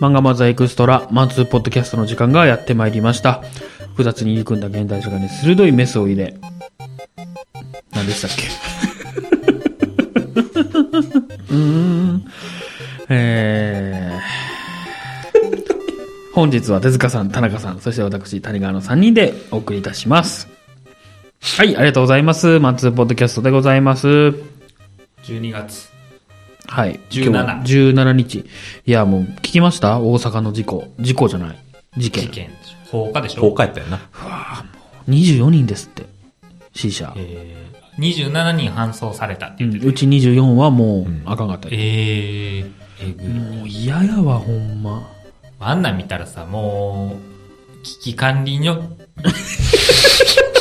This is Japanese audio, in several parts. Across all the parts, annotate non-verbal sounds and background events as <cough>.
漫画マザーエクストラマンツーポッドキャストの時間がやってまいりました複雑に入り組んだ現代社会に鋭いメスを入れ何でしたっけ <laughs> うーんえー、本日は手塚さん田中さんそして私谷川の3人でお送りいたしますはいありがとうございますマンツーポッドキャストでございます12月はい。 17今日17日。いや、もう、聞きました大阪の事故。事故じゃない。事件。事件放火でしょこう帰ったよな。 24人ですって。死者。えー、27人搬送されたってう言っんてうる、ち24はもう、あかんかった。えー、えぐいもう嫌やわ、ほんま。あんなん見たらさもう危機管理の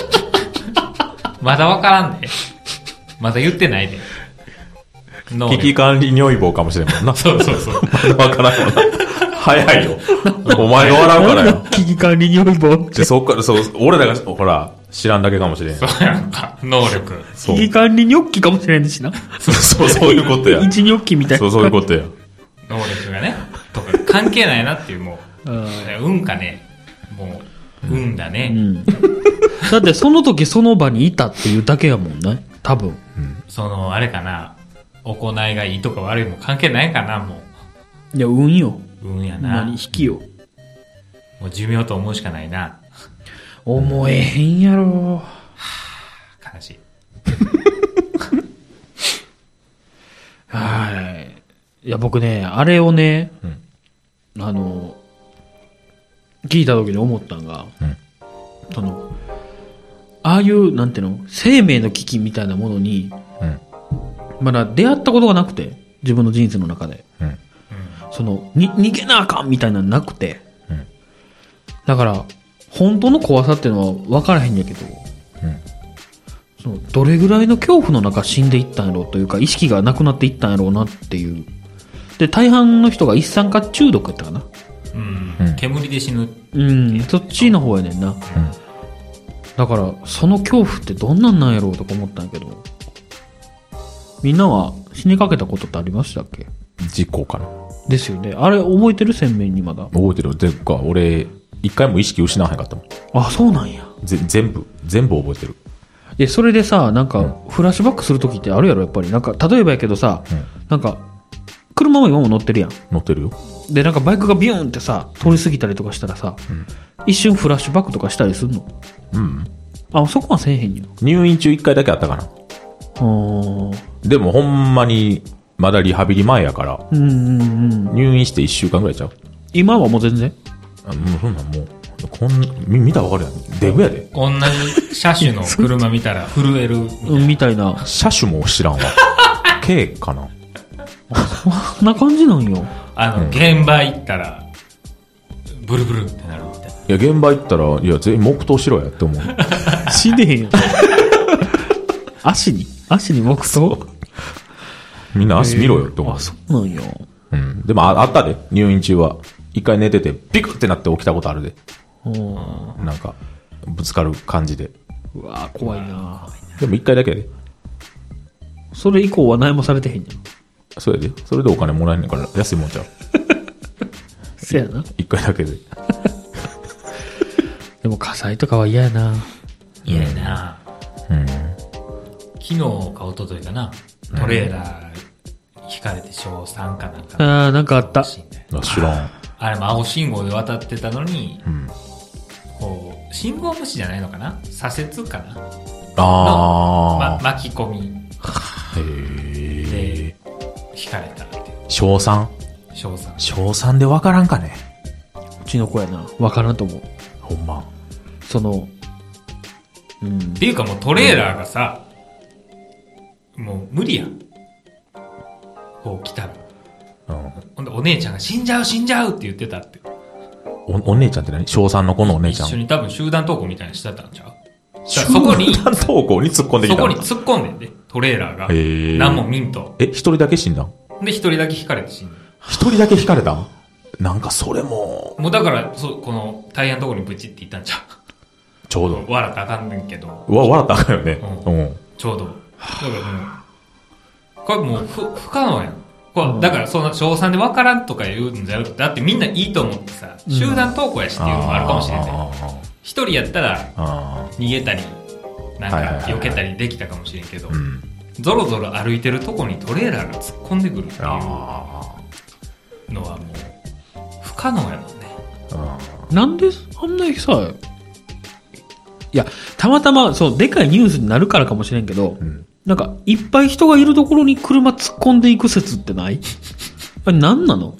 <laughs> まだわからんでまだ言ってないで能危力機管理尿意棒かもしれんもんな。そうそうそうまだわからんもんな。早いよ。お前が笑うからよ。危機管理によりも。で、そっから、そう、俺らが、ほら、知らんだけかもしれん。そうやんか能力そ危う。機管理ニョッキかもしれんしな。そう、そうそういうことや。一ニョッキみたいな。そう、そういうことや。能力がねとか関係ないなっていうもううん運かねもう運だね、うん。だって、その時その場にいたっていうだけやもんね。多分。そのあれかな行いがいいとか悪いも関係ないかなもいや、運よ。う運やほんまなに引きよ。もう寿命と思うしかないな思えへんやろ。悲しいはい。いや、僕ね、あれをね、あの、聞いた時に思ったんが、うんその、ああいう、なんていうの、生命の危機みたいなものに、うん。まだ出会ったことがなくて、自分の人生の中で。うん。その、に、逃げなあかんみたいなのなくて。うんだから、本当の怖さっていうのは分からへんやけど、うんその、どれぐらいの恐怖の中死んでいったんやろうというか、意識がなくなっていったんやろうなっていう。で、大半の人が一酸化中毒やったかな。うん、うん煙で死ぬうん、そっちの方やねんな。だから、その恐怖ってどんなんなんやろうとか思ったんやけど、みんなは死にかけたことってありましたっけ事故かな。ですよね。あれ覚えてる鮮明にまだ。覚えてるよ。てか、俺、一回も意識失わへんかったもん。あ、そうなんや。ぜ全部、全部覚えてる。で、それでさ、なんか、フラッシュバックするときってあるやろ、やっぱり。なんか、例えばやけどさ、うんなんか、車も今も乗ってるやん。乗ってるよ。で、なんかバイクがビューンってさ、通り過ぎたりとかしたらさ、一瞬フラッシュバックとかしたりすんの。うん。あ、そこはせえへんよ。入院中一回だけあったかな。うでもほんまに、まだリハビリ前やから、ーん。うんうんうん。入院して一週間ぐらいちゃう今はもう全然。あ、もうそんなんもう、こん、み見たらわかるやん。デブやで。同じ車種 <laughs> の車見たら震えるみたいなうん、みたいな。 <laughs> 車種も知らんわ。K かな。こんな感じなんよ。あの、現場行ったらブルブルってなるみたいないや、現場行ったら、いや、全員黙祷しろやって思う。 <laughs> 死ねへんよ。 <laughs> 足に足に木刀みんな足見ろよって思うあ、。そうなんよ。うん。でもああったで、入院中は。一回寝てて、ビクってなって起きたことあるで。うんなんか、ぶつかる感じで。うわぁ、怖いなでも一回だけやで。それ以降は何もされてへんよ。そうやで。それでお金もらえんねんから、安いもんちゃう。せやな。一回だけで。でも火災とかは嫌やな嫌やな、うん。昨日か一昨日かなトレーラー引かれて小3かなんかあーなんかあった。死んだよあ知らん。あれも青信号で渡ってたのに、んこう信号無視じゃないのかな左折かなの、まあ、ー。巻き込みへえ。引かれたって小3翔さん小3で分からんかね。うちの子やな。わからんと思う。ほんま。その、うんっ。ていうかもうトレーラーがさ、もう無理やん。こう来たら。うん。ほんでお姉ちゃんが死んじゃう死んじゃうって言ってたって。お、お姉ちゃんって何小3の子のお姉ちゃん。一緒に多分集団登校みたいにしてたんちゃう集そこに団登校に突っ込んできそたこのに突っ込んでんで、トレーラーが。へー何もミント。え、一人だけ死んだんで、一人だけ引かれて死んだ。一人だけ引かれたんなんかそれも、もうだから、そう、このタイヤのとこにブチっていったんちゃちょうう笑ったらあかんねんけど、ど。わ、笑ったらあかんよね。ううん。ちょうど。だからもう、これもう不不可能やん。こうだから、その、賞賛で分からんとか言うんじゃなくて、だってみんないいと思ってさ、集団投稿やしっていうのもあるかもしれない。あ一人やったらあああ逃げたり、なんはいはいはいはかい避けたりできたかもしれんけど、うんゾロゾロ歩いてるとこにトレーラーが突っ込んでくるっていうあのはもう、不可能やもんね。ああなんであんなにさ、いや、たまたま、そう、でかいニュースになるからかもしれんけど、んなんか、いっぱい人がいるところに車突っ込んでいく説ってない <laughs> あれ、なんなの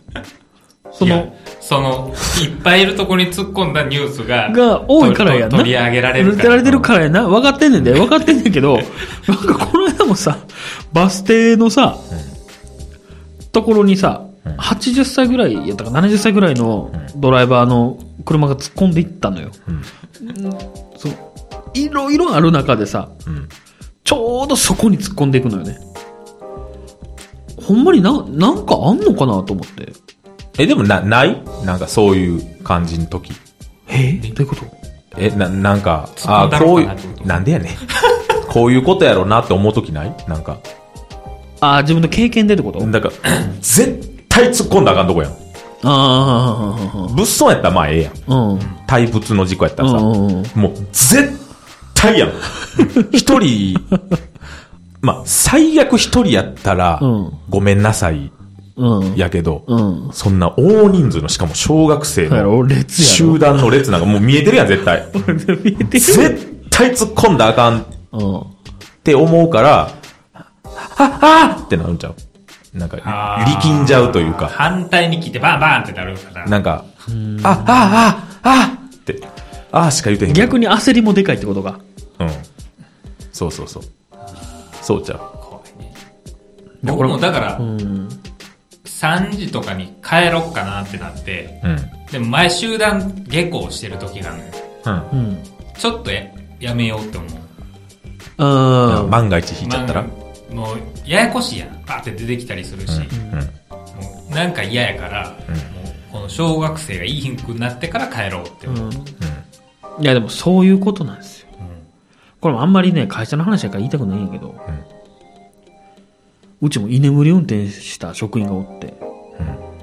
そいやの、その、いっぱいいるとこに突っ込んだニュースが、が多いからやんな。と取り上げられる取り上から。げられてるからやな。分かってんねんで、分かってんねんけ <laughs> ど、なんかこの間もさ、バス停のさ、ところにさ、80歳ぐらいやったか70歳ぐらいのドライバーの車が突っ込んでいったのよ。そういろいろある中でさ、んちょうどそこに突っ込んでいくのよね。ほんまにな、なんかあんのかなと思って。え、でもな、ないなんかそういう感じの時。えどういうことえ、な、なんか、突っ込んだーろこうういかなってことう、なんで <laughs> やねん。こういうことやろうなって思う時ないなんか。ああ、自分の経験でってこと、あだから <clears throat> 絶対突っ込んだらあかんとこやん。あ物騒やったらまあええやん。ー、うん。対物の事故やったらさ。うんうんうんもう、絶 <laughs> 対やん。一人、まあ、最悪一人やったら、うんごめんなさい、うん。やけど、うん。そんな大人数の、しかも小学生そうやろの列やろ集団の列なんかもう見えてるやん、<laughs> 絶対。絶対突っ込んだらあかんっうん。て思うから、あ、あってなるんちゃうなんか、あー力んじゃうというか、反対に来てバンバンってなるから。なんか、あ、あ、あ、あって、あーしか言うてへんけど逆に焦りもでかいってことか。うん。そうそうそう。そうちゃう。怖いね。僕もだから、うん。 3時とかに帰ろっかなってなって、うん。でも前集団下校してる時があるのようん。うん。ちょっとややめようって思う。あ万が一引いちゃったら、まあもう、ややこしいやん。バーって出てきたりするし、もうなんか嫌やから、もうこの小学生がいいひんくなってから帰ろうってう思う。ん。いや、でもそういうことなんですよ。これもあんまりね、会社の話やから言いたくないんやけど、うちも居眠り運転した職員がおって、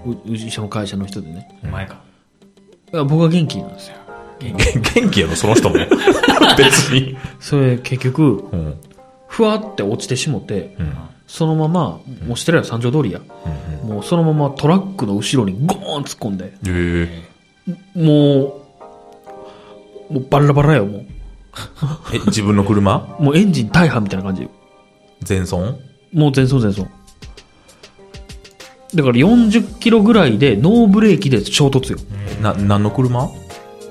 ううちの会社の人でね。お前か。いや僕は元気なんですよ。 <laughs> 元気やろその人も別に、それ結局、うんふわって落ちてしもて、そのまま、もうしてるやろ三条通りや。もうそのままトラックの後ろにゴーン突っ込んで、えもう、もうバラバラよ、も自分の車う。もうエンジン大破みたいな感じよ。全損もう全走全走。だから40キロぐらいでノーブレーキで衝突よ。な何の車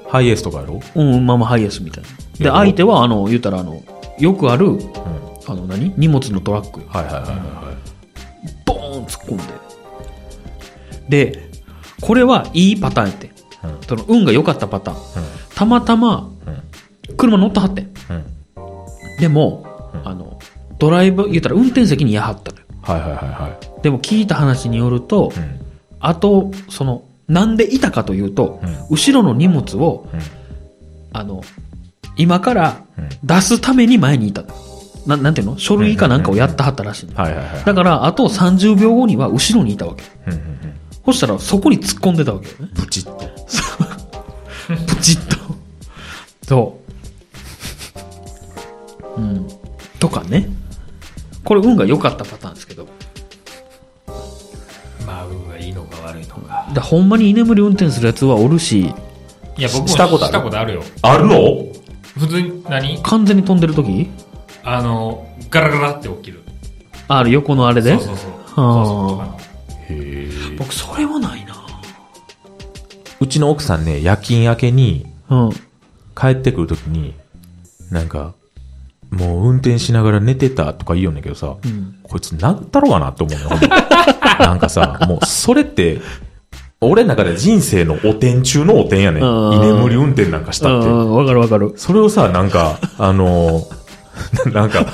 ハイエースとかやろ、うん、まあまあハイエースみたいな。いで、や相手は、あの、言うたら、あの、よくある、うん、あの何、荷物のトラックよ。はいはいはいはボーン突っ込んで。で、これはいいパターンやって。うんその運が良かったパターン。いはいたまたま、車乗ったはってん。うんうんでも、あの、ドライブ、言うたら運転席にやはったのよ。はいはいはいはでも聞いた話によると、いうんあと、その、なんでいたかというと、うん後ろの荷物を、うんあの、今からうん出すために前にいたの。ななんていうの書類かなんかをやったはったらしいの。はいはいはいだから、あと30秒後には後ろにいたわけ。うんうんうんそしたら、そこに突っ込んでたわけよね。ブチッ <laughs> とプチッと。そう。うん。とかね。これ運が良かったパターンですけど。まあ、運がいいのか悪いのか。だほんまに居眠り運転するやつはおるし、いや、僕もしたことあしるたことあるよ。あるの普通に、何完全に飛んでる時あの、ガラガラって起きる。ある横のあれで。そうそうそう。高速とかのへえ僕、それはないな。うちの奥さんね夜勤明けにうん。帰ってくるときになんかもう運転しながら寝てたとか言いよんねんけどさ、んこいつなんだろうかなって思うの <laughs> なんかさもうそれって俺の中で人生の汚点中の汚点やねんうん居眠り運転なんかうしたってん、わかるわかる。それをさなんかあのー <laughs> なんか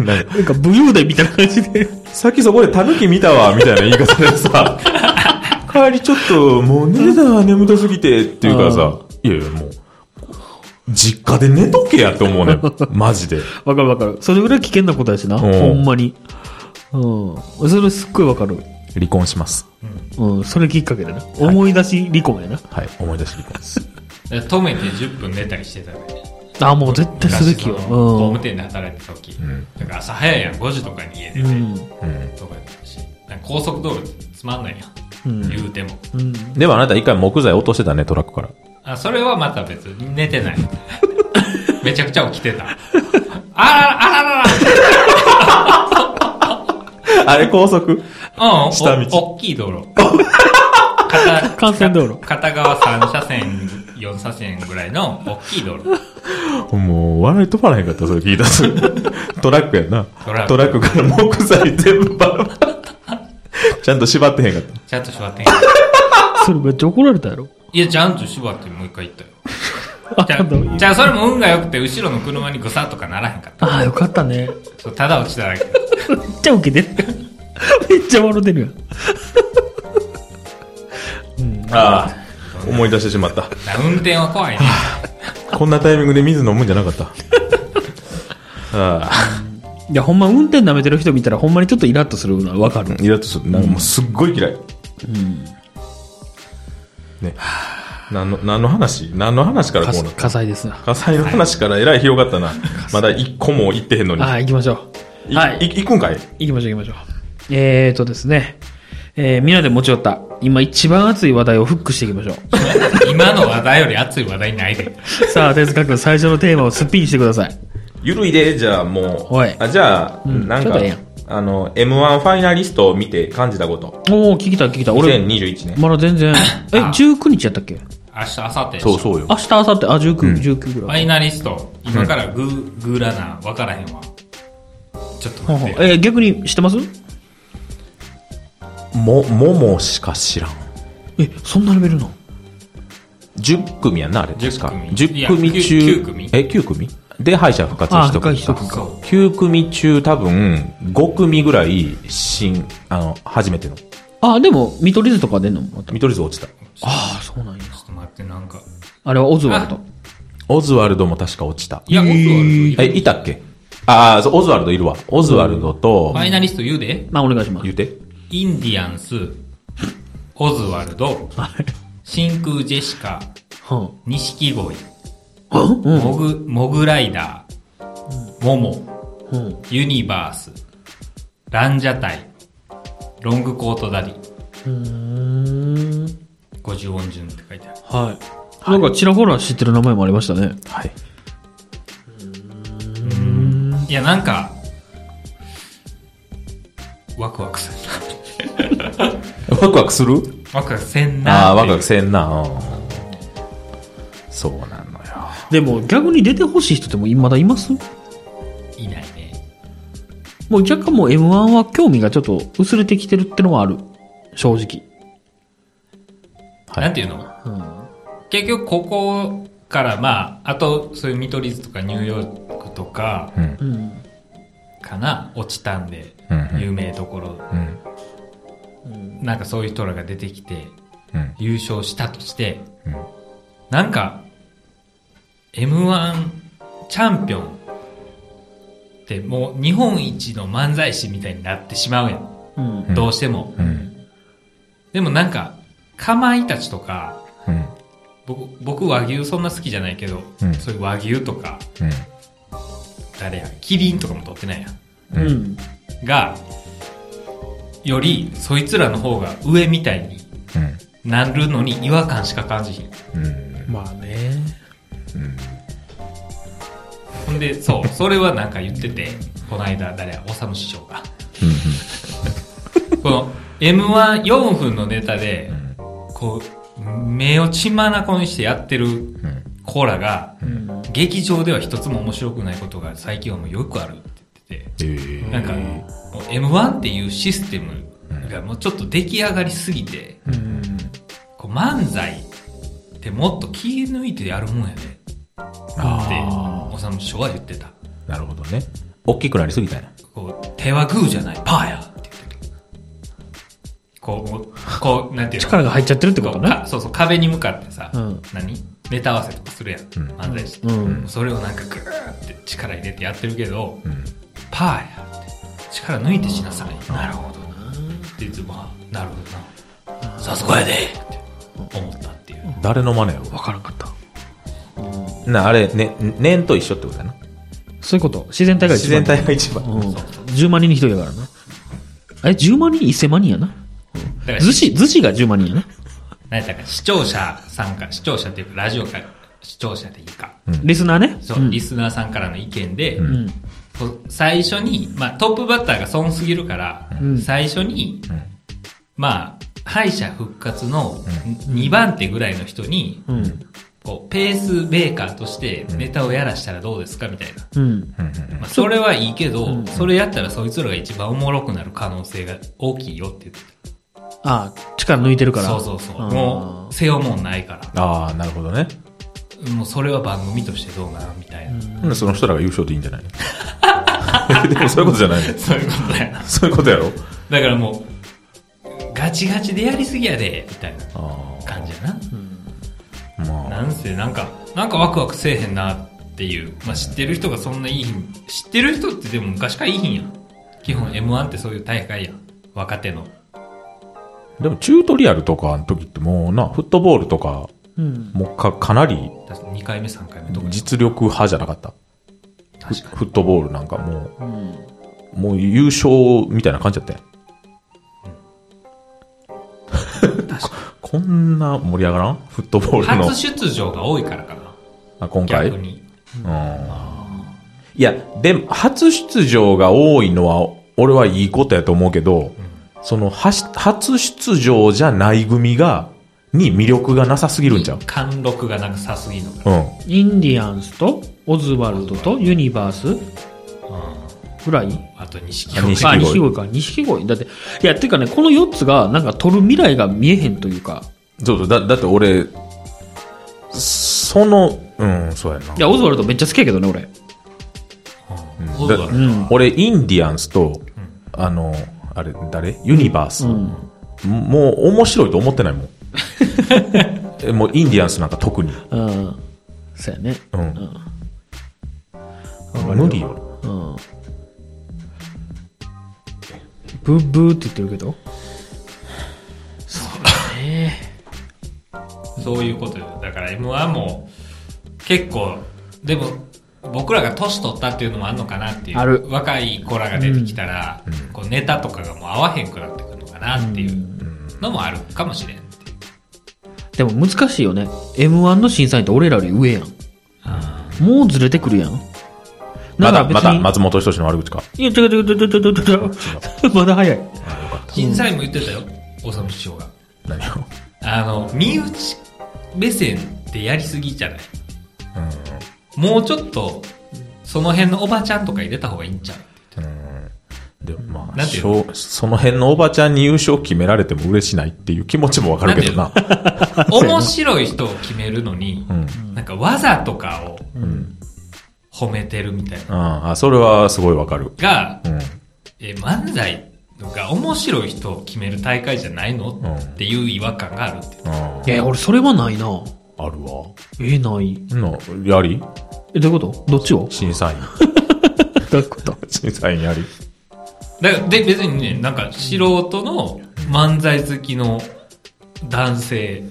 なんかなんか武勇伝みたいな感じで。 <laughs> さっきそこでタヌキ見たわみたいな言い方でさ <laughs> 帰りちょっともう寝てたわ眠たすぎてっていうからさいやいやもう実家で寝 <laughs> とけやって思うねんマジでわかるわかる。それぐらい危険なことやしな。んほんまに。うん。それすっごいわかる。離婚します。うん。それきっかけでな。思い出し離婚やな。はい。思い出し離婚です。だから止めて10分寝たりしてたね。あ、もう絶対すべきよ。昔その工う務ん。店で働いてた時。んだから朝早いやん、5時とかに家出て、うん。うとん。かやったし。なんか高速道路つまんないやん。うん言うても。うん。でもあなた一回木材落としてたね、トラックから。あ、それはまた別に <laughs> 寝てない。めちゃくちゃ起きてた。あらあらあれ高速ららうん、下道お大きい <laughs> 道路。片幹線道路。片側3車線、4車線ぐらいの大きい道路。もう、笑い飛ばれへんかった、それ聞いた <laughs> らトラックやんな。トラックトラックから木材全部バラバラ。ちゃんと縛ってへんかった。ちゃんと縛ってんそれめっちゃ怒られたやろ。いや、ちゃんと縛ってもう一回行ったよ。あ、じゃなんだあ、じゃあそれも運が良くて、後ろの車にぐさっとかならへんかっ <laughs> ああ、よかったね。た。そうただ落ちただけ。めっちゃ <laughs> 受けてる。めっちゃ笑ってるやん。ああ、思い出してしまった。な運転は怖いね。こんなタイミングで水飲むんじゃ <laughs> なかった。ああ、いや、ほんま運転舐めてる人見たらほんまにちょっとイラッとするのはわかる。イラッとする。なんかもうすっごい嫌い。ね。何の、何の話何の話から火こうなった火災ですな。火災の話からえらい広がったな。まだ一個も行ってへんのに。ああ、行きましょう。いはい。い行くんかい行きましょう行きましょう。えーとですね。えー、みんなで持ち寄った、今一番熱い話題をフックしていきましょ <laughs> う。今の話題より熱い話題ないで。さあ、手塚君、最初のテーマをスピンしてください。ゆるいで、じゃあもう。おいあじゃあ、んなんちょうかどええやん、あの、M1 ファイナリストを見て感じたこと。おー、聞きたい聞きたい。俺、 2021年。まだ全 <laughs> 然。え、19日やったっけ明日、明後日。そうそうよ。明日、明後日、あ、19、19ぐフらい。ァイナリスト、今からグー、グーラナー、わからへんわ。ちょっとほう待ほうって。えー、逆に知ってますも、ももしか知らん。え、そんなレベルなの10組やんな、あれ。 10確か組い10や組中。 9組え、9組で敗者復活あー、 1深い人組君か。か。 9組中多分、5組ぐらい、新、あの、初めての。あ、でも、見取り図とか出んのまた。見取り図落ちた。ああ、そうなんや。ちょっと待って、なんか。あれはオズワルド。オズワルドも確か落ちた。いや、オズワルドいるえ、いたっけああ、そうオズワルドいるわ。オズワルドとフ、ァイナリスト言うで。まあ、お願いします言。うて。インディアンス、オズワルド、真空ジェシカ、は錦鯉、あ、うんモグ、モグライダー、モモ、うん。ユニバース、ランジャタイ、ロングコートダディ、うん。 50音順って書いてある。はい。なんかちらほら知ってる名前もありましたね。はい。いや、なんか、ワクワクすワクワクするる。ワクワクせんな。ああー、ワクワクすせんな。うんそうなのよ。でも逆に出てほしい人ってもうまだいまする。いないね。もう若干もう M1 は興味がちょっと薄れてきてるってのはある。正直。はいなんていうの、結局、ここから、まあ、あと、そういう見取り図とかニューヨークとか、うんう。ん。かな、落ちたんで、うんうん有名どころ、うん。なんかそういう人らが出てきて、うん。優勝したとして、うんなんか、M1 チャンピオンってもう日本一の漫才師みたいになってしまうやん。うん。どうしても。うん。でもなんか、かまいたちとか、うん。僕、僕和牛そんな好きじゃないけど、うんそういう和牛とか、うん。誰や、キリンとかも取ってないやうん。うんん。が、より、そいつらの方が上みたいになるのに違和感しか感じひん。うん。うん。まあね。ほんで、そう、それはなんか言ってて、この間、誰や、おさむ師匠が。この、M14 分のネタで、こう、目を血まなこにしてやってるうん。コーラが、うん。劇場では一つも面白くないことが最近はもうよくあるって言ってて、えーなんか、もう M1 っていうシステムがもうちょっと出来上がりすぎて、うん。こう漫才ってもっと気抜いてやるもんやで、って、あおさむ師匠は言ってた。なるほどね。大きくなりすぎたんやこう、手はグーじゃない、パーやって言ってる。こうもう、こう、なんていうの力が入っちゃってるってことこうね。かそうそう、壁に向かってさ、うん何ネタ合わせとかするやん、漫才して。うんそれをなんかグーって力入れてやってるけど、んパーやって。力力抜いてしなさい。なるほどな。って言って、まあ、なるほどな。さすがやでって思ったっていう。誰のマネやわからんかった。な、あれ、ね、年と一緒ってことやな。そういうこと。自然体が一自番然。体が一番。うん。10万人に一人やからな。あれ、10万人 ?1000 万人やな。だから寿司、寿司が10万人やな。何やったか、視聴者さんか、視聴者っていうか、ラジオか、視聴者でいいか。リスナーね。そう、んリスナーさんからの意見で、うん。こう最初に、まあ、トップバッターが損すぎるから、うん最初に、んまあ、敗者復活の2番手ぐらいの人に、うん。こうペースメーカーとしてネタをやらしたらどうですかみたいな。うん。うんうんまあ、それはいいけど、うんそれやったらそいつらが一番おもろくなる可能性が大きいよって言ってああ、力抜いてるかた。ら。そうそうそう。あーもう、背負うもんないかああ、なるほどね。ら。もうそれは番組としてどうなのみたいな。うんその人らが優勝でいいんじゃないの <laughs> でもそういうことじゃないのそういうことだよな。そういうことやろだからもう、ガチガチでやりすぎやで、みたいなあ感じやな。あ、まあ。なんせなんか、なんかワクワクせえへんなっていう。まあ知ってる人がそんないいひん。知ってる人ってでも昔からいいひんやん。基本 M1 ってそういう大会やん。若手の。でもチュートリアルとかの時ってもうな、フットボールとか、うん。もうかかなりだって2回目3回目とか。実力派じゃなかった。フ確かフットボールなんかもうん。う、もう優勝みたいな感じだったやん。 <laughs> こんな盛り上がらんフットボに。ールの初出場が多いからかな。あ今回逆。に。いや、でも、初出場が多いのは、俺はいいことやと思うけど、その、はし初出場じゃない組が、に魅力がなさすぎるんちゃう貫禄がなんかさすぎんのかうん。インディアンスと、オズワルドと、ユニバースな。うん。ぐらいあと錦あ鯉。錦あ、鯉錦鯉か。錦鯉。だって、いや、てかね、この4つが、なんか取る未来が見えへんというか。。そうそう、だ、だって俺、その、うん、そうやないや、オズワルドめっちゃ好きやけどね、俺。うんうんそうだうね。俺、インディアンスと、あの、あれ、誰ユニバース、もう、面白いと思ってないもん。 <laughs> えもう、インディアンスなんか特に。うん。そうやね。うん。うん無理よ。うん。ブーブーって言ってるけど。そうね。そういうことよ。だから M1 も、結構、でも、僕らが年取ったっていうのもあるのかなっていう。ある若い子らが出てきたら、こうネタとかがもう合わへんくなってくるのかなっていうのもあるかもしれんっていう。でも難しいよね。M1 の審査員って俺らより上やん。もうずれてくるやん。まだ、別にまだ、松本人志の悪口か。いや、違う違う違う違う違う違う。 <laughs> まだ早い。審査員も言ってたよ、おさむ師匠が。何を。あの、身内目線でやりすぎじゃないもうちょっと、その辺のおばちゃんとか入れた方がいいんちゃうでもまあ、なんていうのしょうその辺のおばちゃんに優勝決められても嬉しないっていう気持ちもわかるけどな。 <laughs> 面白い人を決めるのに、うん。なんか技とかをうん。褒めてるみたいな。あ、それはすごいわかる。が、うん。えー漫才が面白い人を決める大会じゃないの、んっていう違和感があるって。あえ、俺それはないな。あるわ。え、ない。の、やりえ、どういうことどっちを審査員。 <laughs> どういうこと審査員やり。だから、で、別にね、なんか素人の漫才好きの男性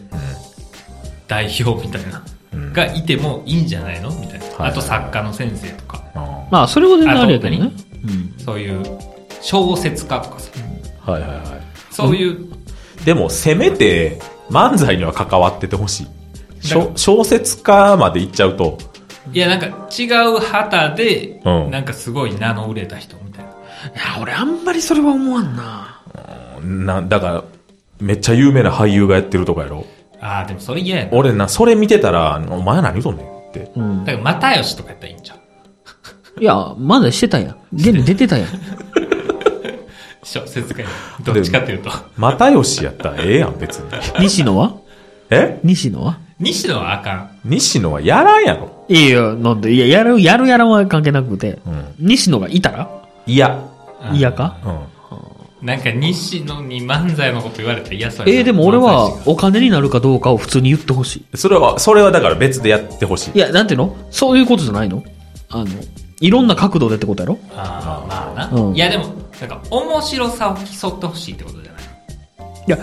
代表みたいな、んがいてもいいんじゃないのみたいな。いあと作家の先生とか、あまあ、それは全然あれやけどね。うん。そういう小説家とかさ、あ。はいはいはそういう、い。でも、せめて、漫才には関わっててほしい。しょ小説家まで行っちゃうと、いや、なんか違う旗で、うんなんかすごい名の売れた人みたいな。いや、俺あんまりそれは思わんな。な、だから、めっちゃ有名な俳優がやってるとかやろ。ああ、でもそれ嫌やな。俺な、それ見てたら、お前何言うとんねんって。うん。だから、又吉とかやったらいいんじゃん。いや、まだしてたやん。現に出てた <laughs> やん。小 <laughs> 説家に。どっちかっていうと。又吉やったらええやん、別に。西野はえ西野は西野はあかん。西野はやらんやろ。いやいや、なんで、いや、やる、やるやらんは関係なくて、ん西野がいたらいや。うん嫌かうん。なんか西野に漫才のこと言われたら嫌そうやなえーでも俺漫才は師がお金になるかどうかを普通に言ってほしい。それは、それはだから別でやってほしいい。や、なんていうのそういうことじゃないのあの、いろんな角度でってことやろあーまあな、うんいやでも、なんか、面白さを競ってほしいってことじゃないいや、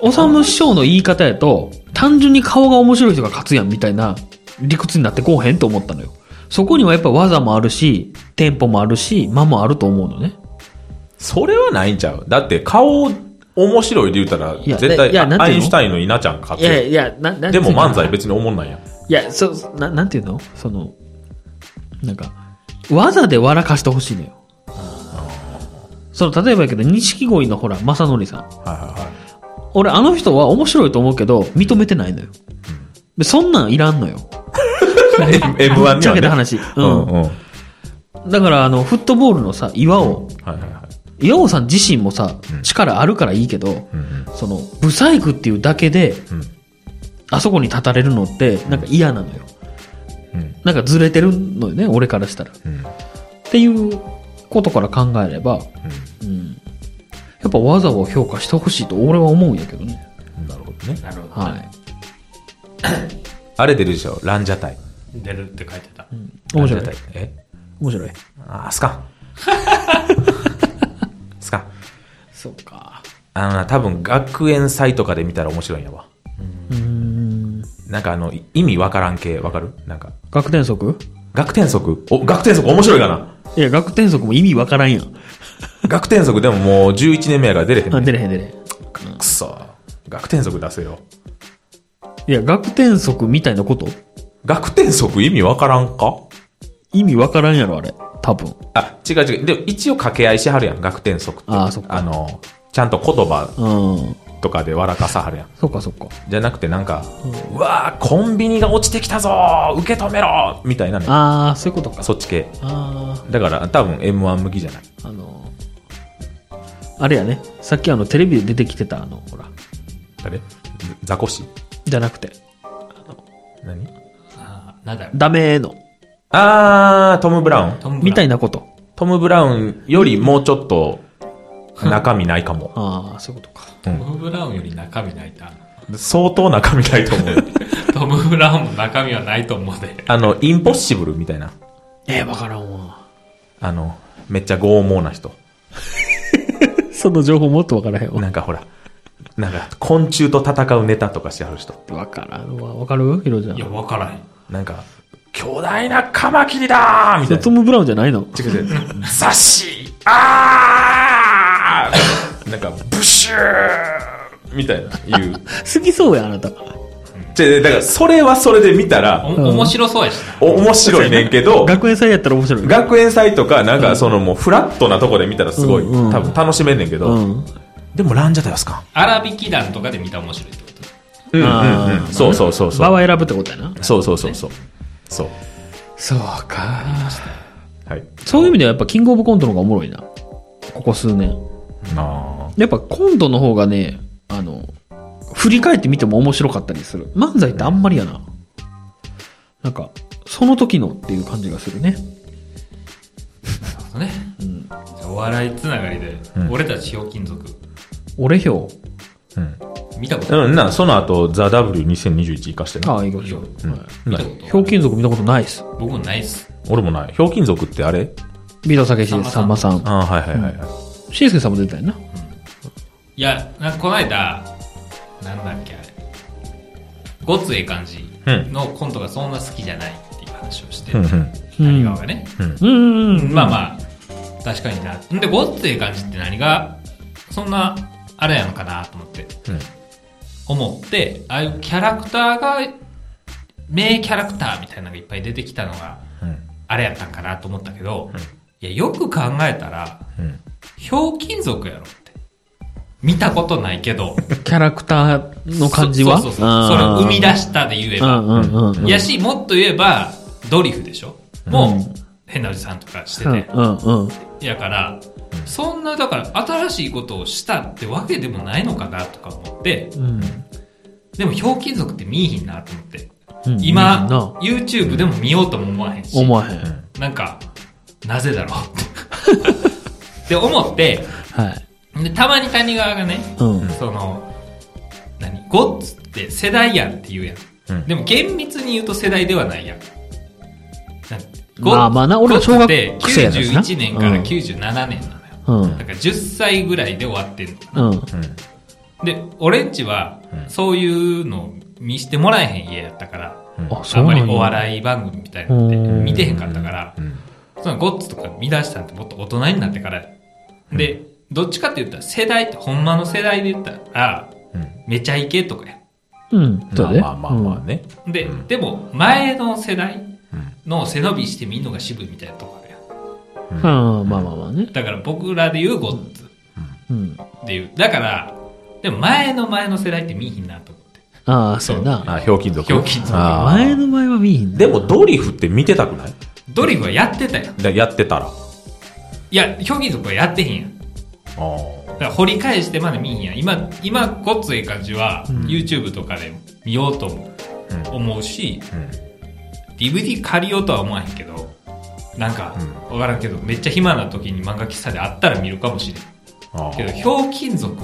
おさむ師匠の言い方やと、単純に顔が面白い人が勝つやんみたいな理屈になってこうへんと思ったのよ。そこにはやっぱ技もあるし、テンポもあるし、間もあると思うのね。それはないんちゃうだって顔面白いで言うたら、いや絶いやなん対ていうのアインシュタインの稲ちゃん勝いやつ。いや、な、なんでも漫才別別におもんないやん。いや、そ、そな、なんていうのその、なんか、技で笑かしてほしいのよ。その、例えばやけど、錦鯉のほら、正則さん。はいはい俺、あの人は面白いと思うけど、認めてないのよ。でそんなんいらんのよ。 <laughs> はい。M1 にはね。ぶっちゃけた話。ううんん。うん。はいだから、あの、フットボールのさ、岩尾。はいはい。岩尾さん自身もさ、力あるからいいけど、うんうんその、ブサイクっていうだけで、うんあそこに立たれるのって、なんか嫌なのよ。うんなんかずれてるのよね、俺からしたら。っうんていうことから考えれば、うん。やっぱ技を評価してほしいと俺は思うんやけどね。うん。なるほどね。なるほど。はい。あれ出るでしょランジャタイ。出るって書いてた。面白いランジャ。タイ。え面白い。あー、すか <laughs> ん。すかん。そうか。あのな、多分学園祭とかで見たら面白いんやわ。うーん。なんかあの、い意味わからん系、わかるなんか。学天則学天則お、学天則面白いかないや、学天則も意味わからんやん。学天則でももう11年目やから出れへんねあん出れへん出れへん。くそ。学天則出せよ。いや、学天則みたいなこと学天則意味わからんか意味わからんやろ、あれ。多分。あ、違う違う。でも一応掛け合いしはるやん、学天則って。あーそっかあの、ちゃんと言葉うん。とかで笑かさはるやん。そっかそっか。じゃなくてなんか、うわーコンビニが落ちてきたぞー受け止めろーみたいなね。あー、そういうことか。そっち系。あだから多分 M1 向きじゃない。ー、あのーあれやね。さっきあの、テレビで出てきてた、あの、ほら。誰ザコシじゃなくて、何あーなんだろうダメーの、あー、トム・ブラウン。トムブラウンみたいなこと。トム・ブラウンよりもうちょっと中身ないかも。 <laughs> あー、そういうことか。トム・ブラウンより中身ないた。相当中身ないと思 <laughs> う。 <laughs> トム・ブラウンも中身はないと思うで。あの、インポッシブルみたいな。えー、わからんわ。あの、めっちゃ剛毛な人。その情報もっとわからへんわ。なんかほら、なんか昆虫と戦うネタとかしてはる人。わからんわ。わかるヒロちゃん。いいや、や、わからへん。なんか、巨大なカマキリだーみたいトム・ブラウンじゃないのな。違う違う。ザッシーあーなんか、ブシューみたいな、言う。好きそうや、あなた。違う、だからそれはそれで見たらお、、面白そうやしな。お面白いねんけど、学園祭やったら面白い。学園祭とか、なんかそのもうフラットなとこで見たらすごい、うんうん多分楽しめんねんけど、うん。でもランジャタイはすか荒引き団とかで見たら面白いってこと。うんうんあうん。そうそうそうそ場う。を選ぶってことやな。そうそうそうそう。そう。そうか。はい。そういう意味ではやっぱキングオブコントの方がおもろいな。ここ数年。あやっぱコントの方がね、あの、振り返ってみても面白かったりする。漫才ってあんまりやな。なんか、その時のっていう感じがするね。なるほどね。じゃあお笑いつながりで、俺たちひょうきん族、俺票。見たことあ。ない。うん、な、その後、ザ・ W2021 生かしてな。ああ、いいことしよう。うんないひょうきん族見たことないっす。僕もないっす。俺もない。ひょうきん族ってあれビートたけしです、ささんんままさん。ああ、はいはいはいはい。しんすけさんも出てたよな。いや、なんかこの間、なんだっけあれ。ごつええ感じのコントがそんな好きじゃないっていう話をしてうるんう。ん。谷川がね。うんうん。まあまあ、確かにな。んで、ごっつええ感じって何が、そんな、あれやのかなと思って、うん思って、ああいうキャラクターが、名キャラクターみたいなのがいっぱい出てきたのが、うんあれやったんかなと思ったけど、いや、よく考えたら、うん。ひょうきん族やろって。見たことないけど、キャラクター <laughs> の感じはそうそうそうそうそれを生み出したで言えうば。んうんうんうん。やし、もっと言えば、ドリフでしょもう、変なおじさんとかしてて、うんうん。やから、そんな、だから、新しいことをしたってわけでもないのかなとか思って、うん。でも、ひょうきん族って見えひんなと思って。うん今見えへんな、 YouTube でも見ようとも思わへんし。思わへん。なんか、なぜだろう <laughs> って。って思って、はい。でたまに谷川がね、うん。その、何ゴッツって世代やんって言うやん。うんでも厳密に言うと世代ではないやん。なんまあまあな俺ら小学生ゴッツってやしな91年から97年なのよ。うん。うんだから10歳ぐらいで終わってんの。うん。で、俺んちは、そういうの見してもらえへん家やったから、あ、そあうんまなりんおや。笑い番組みたいなのってうん見てへんかったからう、んそのゴッツとか見出したのってもっと大人になってからやで、どっちかって言ったら世代って、ほんまの世代で言ったら、うんめちゃイケとかや。うん。そうやでまあまあまあまあね。で、うんでも前の世代うんの背伸びしてみんのが渋いみたいなとこあるやん。うんうんまあまあまあね。だから僕らで言うゴッツうん。っていう。だから、でも前の前の世代って見いひんなと思って。ああ、そうやな。あ、ひょうきん族。ひょうきん族あー前の前は見えへんなでも、ドリフって見てたくないドリフはやってたやん。だやってたら。あいや、表現族はやってへんやん。だーから掘り返してまで見いひんやん。今、今、ゴッツええ感じは、ん YouTube とかで見ようともうん思うし、うん。 DVD 借りようとは思わへんけど、なんかう、わからんけど、めっちゃ暇な時に漫画喫茶であったら見るかもしれん。あーけど、ひょうきん族、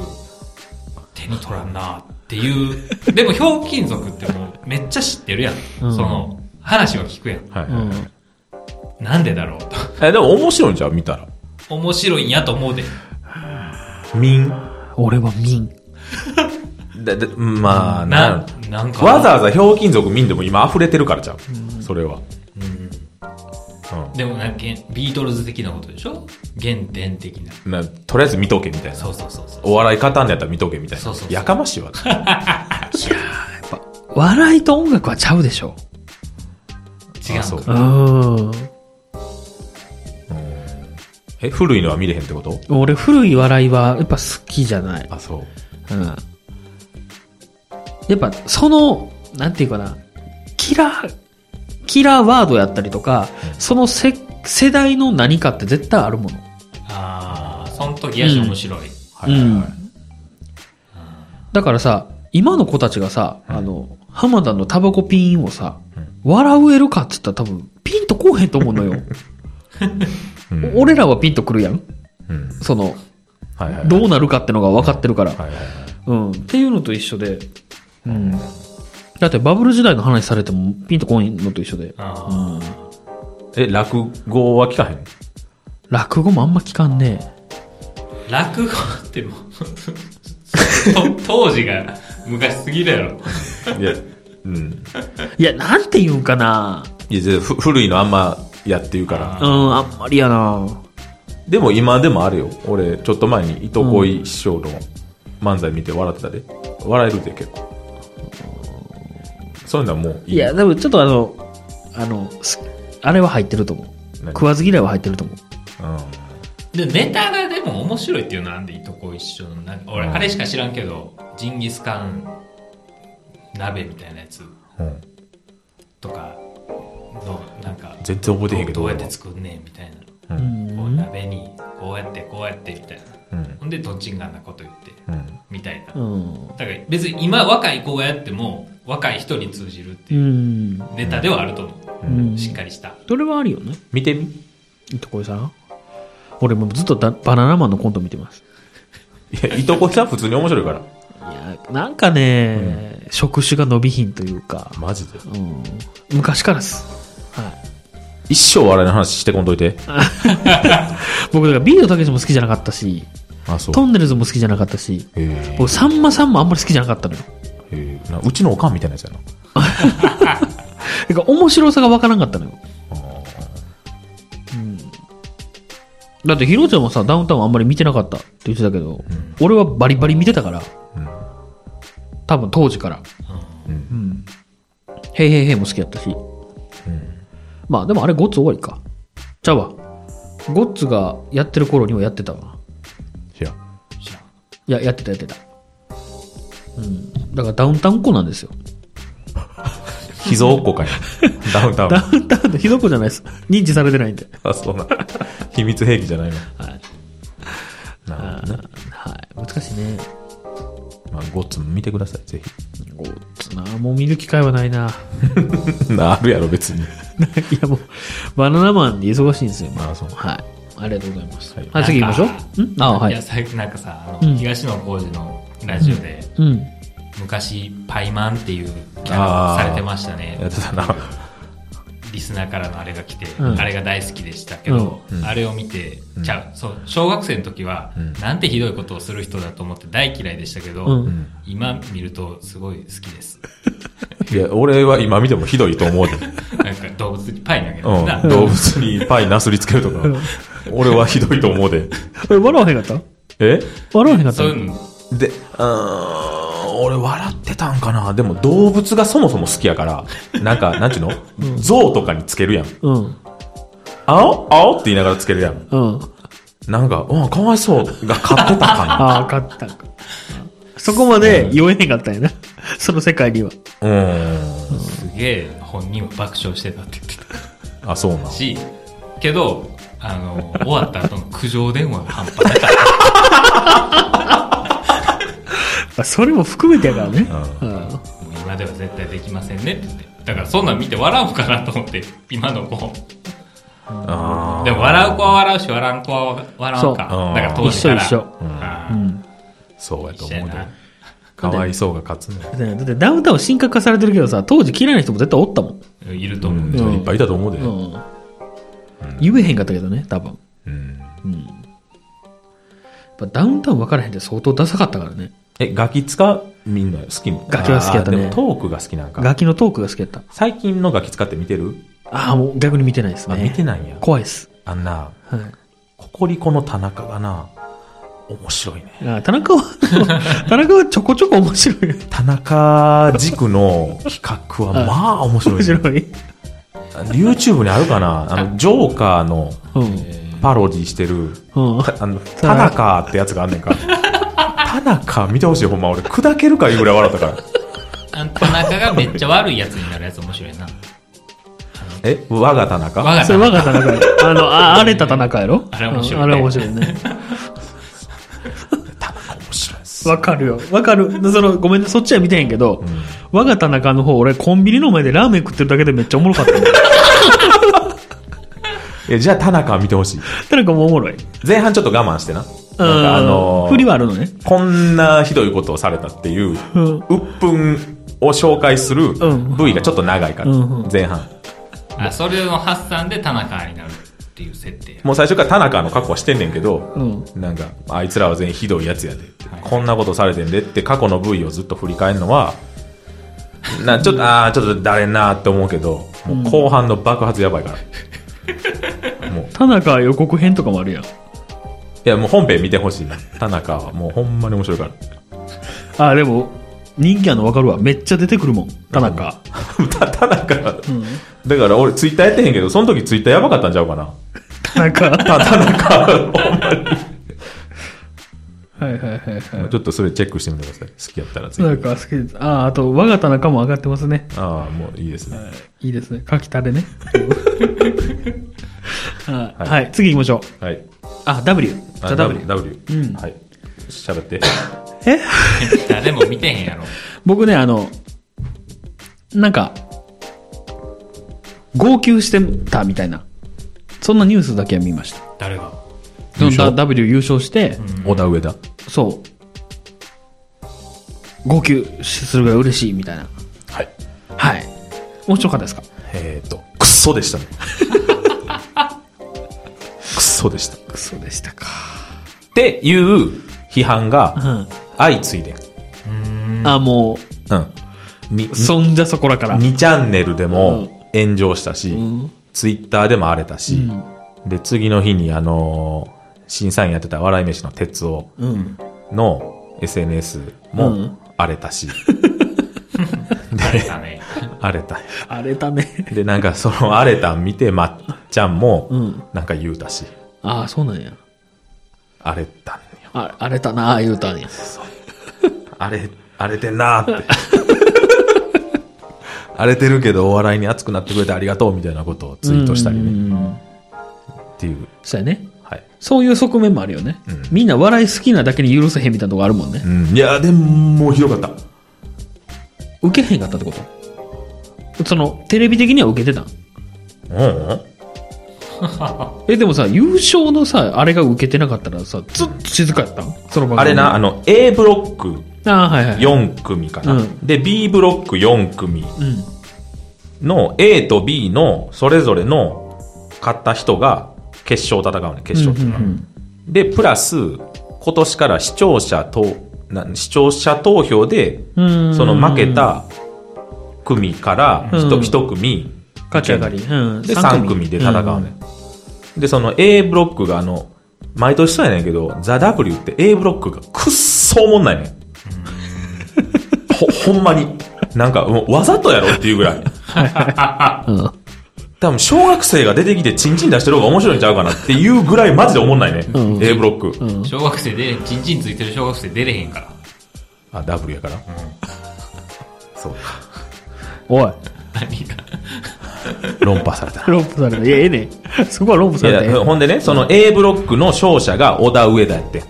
手に取らんなっていう。 <laughs> でも、ひょうきん族ってもう、めっちゃ知ってるやん。うんその、話は聞くやん。はいはういん。なんでだろうと。え、でも面白いんじゃう見たら。面白いんやと思うで。民。俺は民。だだまあ、なな、なんか。わざわざひょうきん族民でも今溢れてるからじゃん。それは。うでもなんか、ビートルズ的なことでしょ原点的な。ん。なとりあえず見とけみたいな。そうそうそうそう。お笑い勝たんのやったら見とけみたいなそうそう。そうやかましい <laughs> わ。笑いと音楽はちゃうでしょ。違あそううのうか。ん。え、古いのは見れへんってこと俺、古い笑いはやっぱ好きじゃない。あ、そう。うん。やっぱ、その、なんていうかな、キラー、キラーワードやったりとか、そのせ世代の何かって絶対あるもの。ああ、その時やし面白い。はいはいはだからさ、今の子たちがさ、あの、浜田のタバコピンをさ、笑うえるかって言ったら多分、ピンとこうへんと思うのよ。い。 <laughs> うん俺らはピンとくるやん。うん。その、はいはい。どうなるかってのが分かってるから。はいはいはい。うん。っていうのと一緒で、うん。だってバブル時代の話されてもピンとこんのと一緒で。あうーん。え、落語は聞かへん落語もあんま聞かんね落語ってもう <laughs> と当時が昔すぎるやろ。 <laughs> いや、うん。いや、なんて言うんかないや、じゃあふ古いのあんまやって言うから。うん、あんまりやなでも今でもあるよ。俺、ちょっと前に、いとこい師匠の漫才見て笑ってたで。笑えるで、結構。そういうのはもういい。いや、でもちょっとあの、あの、すあれは入ってると思う。何食わず嫌いは入ってると思う。うで、ん。ネタがでも面白いっていうのはなんでいとこ一緒の、なんか俺、うんあれしか知らんけど、ジンギスカン鍋みたいなやつうん、とかの、なんか、全然覚えてへんけど。どうやって作んねんみたいな。こう鍋に、こうやって、こうやってみたいな。うん。ほんで、どんちんがんなこと言って、うん。みたいな。うん。だから別に今若い子がやっても、若い人に通じるっう。ていうんネタではあると思うう。ん。しっかりした。それはあるよね。見てみ。いとこいさん。俺もうずっとだバナナマンのコント見てます。いや、いとこさん普通に面白いから。いや、なんかね、触手が伸びひんというか、マジで。うん。昔からです。はい。一生笑いの話してこんといて。僕、だからビートたけしも好きじゃなかったし、あ、そう。トンネルズも好きじゃなかったし、へえ僕、さんまさんもあんまり好きじゃなかったのよ。へえなうちのおかんみたいなやつやな。だから面白さがわからんかったのよ。うん。だって、ひろちゃんもさ、ダウンタウンあんまり見てなかったって言ってたけど、俺はバリバリ見てたから、多分当時から。うんうん。へいへいへいも好きやったし。まあ、でもあれ、ゴッツ終わりか。ちゃうわ。ゴッツがやってる頃にはやってたわ。いや、知らんいや、やってた、やってた。うん。だからダウンタウンっ子なんですよ。秘蔵っ子 <laughs> かいな。ダウンタウン。 <laughs> ダウンタウンってひどくじゃないです。認知されてないんで。あ、そうなん。秘密兵器じゃないの。なるほどね。はい。難しいね。まあ、ゴッツも見てください、ぜゴッツな、もう見る機会はない <laughs> な。ひ。 <laughs> なあるやろ、別に。いやもう、バナナマンで忙しいんですよ、今あそうはい。ありがとうございます。はいはい、次行きましょう。んあ、はいや、い。最近なんかさ、あの、うん東野幸治のラジオで、うん。昔、パイマンっていうキャラあーされてましたやねっ。てたな。リスナーからのあれが来て、うんあれが大好きでしたけど、あれを見て、じゃあ、そう、小学生の時は、なんてひどいことをする人だと思って大嫌いでしたけど、うん今見るとすごい好きです。いや、俺は今見てもひどいと思うで。なんか動物にパイ投げるな。うん。動物にパイなすりつけるとかん、俺はひどいと思うで。え、笑わへんかったえ笑わへんかったそういうの、で、うーん、俺笑ってたんかな。でも動物がそもそも好きやから、なんか、なんちゅうの象とかにつけるやん。うん。青青って言いながらつけるやん。うん。なんか、うん、かわいそうが勝って <laughs> たかああ、勝ったんか。そこまで酔えへんかったんやな。 <laughs> その世界には。な。うーん。すげえ本人は爆笑してたって言ってた。あ、そうなん。し、けど、あの、終わった後の苦情電話が半端なかっあそれも含めてやからね。うんた。もう今では絶対できませんねって言って。だからそんなん見て笑おうかなと思って、今の子。あーでも笑う子は笑うし、笑う子は笑わんか。だそううんから当時から。一緒一緒あうーん。そうやと一緒思うやでな。かわいそうが勝つね。だってダウンタウン神格化されてるけどさ、当時嫌いな人も絶対おったもん。いるとう思う。ん、いっぱいいたと思うで。うん。言えへんかったけどね、多分。うんやっぱダウンタウン分からへんって相当ダサかったからね。え、ガキ使みんな好きガキは好きやったねあーでもトークが好きなんか。ガキのトークが好きやった。最近のガキ使って見てるああ、もう逆に見てないですあ、ね。見てないんや。怖いです。あんな、はい。ココリコの田中がな、面白いね。あー田中 <laughs> は、田中はちょこちょこ面白いよ。田中軸の企画 <laughs> は、まあ面白い、面ね。白い。 YouTube にあるかなあの、ジョーカーのうん。パロディしてる、うん。 <laughs> たあの、田中ってやつがあんねんか。田中見てほしい、ほんま。俺、砕けるかいうぐらい笑ったから。あんた中がめっちゃ悪いやつになるやつ面白いな。え、我が田中我がそ田れ中我が田中やろ。あの、あ、荒れた田中やろあれ面白いねうんあれ面白いね。田中面白いっす。わかるよ。わかる。その、ごめんね、そっちは見てへんけど、我が田中の方、俺コンビニの前でラーメン食ってるだけでめっちゃおもろかったよ。え、じゃあ田中見てほしい。田中もおもろい。前半ちょっと我慢してな。なんかあのー振りはあるのね。こんなひどいことをされたっていう、うん鬱憤を紹介するん部位がちょっと長いから、うんうん前半。あ、それの発散で田中になるっていう設定。もう最初から田中の過去はしてんねんけど、うんなんか、あいつらは全員ひどいやつやでって、はいこんなことされてんでって過去の部位をずっと振り返るのは、なちょっと、ああ、ちょっとだれんなーって思うけど、もう後半の爆発やばいから。田中予告編とかもあるやん。いや、もう本編見てほしい。田中はもうほんまに面白いから。あ、でも、人気あるのわかるわ。めっちゃ出てくるもん。田中。た田中、だから俺ツイッターやってへんけど、その時ツイッターやばかったんちゃうかな。田中。はた田中、ほんまに。いはいはいはい。ちょっとそれチェックしてみてください。好きやったらツイ田ッ中好きです。あ、あと、我が田中も上がってますね。ター。ああ、もういいですね。いいですね。かきた <laughs> れね。ははいい、はい、次行きましょう。はい。あ、W。じゃああ W。 W。うんはい。喋って。え誰も見てへんやろ。僕ね、あの、なんか、号泣してたみたいな。そんなニュースだけは見ました。誰が。そ優勝の W 優勝して、小田上田。そう。号泣するぐらい嬉しいみたいな。はい。はい。面白かったですかえっ、ー、と、クソでし <laughs> たね。クソでした。っクソでしたか。ていう批判うがん。相次いでん。あ、もうん。にう、そんじゃそこらから。 2チャンネルでうんも炎上したし、ツイッターでも荒れたし、で、次の日にあのー審査員やってた笑い飯の哲夫うん。の SNS うもん荒れた <laughs> し、誰かね。荒れた。荒れたね。 <laughs> で、なんかその荒れたん見て、まっちゃんもうん、なんか言うたし、ああ、そうなんや。荒れたんよ。あ荒れたなあ、言うたんや。荒れ、荒れてんなーって。 <laughs> 荒れてるけど、お笑いに熱くなってくれてありがとうみたいなことをツイートしたりね。ね。っていう。そうやね。はい。そういう側面もあるよね。みんな笑い好きなだけに許せへんみたいなとこあるもんねう。ん。いや、でも、ひどかった。受けへんかったってことその、テレビ的には受けてたんうんえ、でもさ、優勝のさ、あれが受けてなかったらさ、ずっと静かやったんその場あれな、あ。の、A ブロックああ、はいはい。 4組かな。うんで、B ブロック4組うん。の A と B のそれぞれの勝った人が決勝を戦うね、決勝。うんうんで、プラス、今年から視聴者と、な視聴者投票で、うんその負けた組からうん一一組、勝ち上がり。うん。で、3組で戦うね。で、その A ブロックがあの、毎年そうやねんけど、ザ・ W って A ブロックがくっそおもんないねん。ほ、 <laughs> ほんまに。なんか、もうわざとやろ <laughs> っていうぐらい。うん。うん多分、小学生が出てきてチンチン出してる方が面白いんちゃうかなっていうぐらいマジでおもんないね。うん A ブロック。うん小学生で、チンチンついてる小学生出れへんから。あ、W やから。そうか。おい。何が。論破された。ロープされた。いや、ええねん。そこはロープされたらいええやほんでね、その A ブロックの勝者が小田上田やって。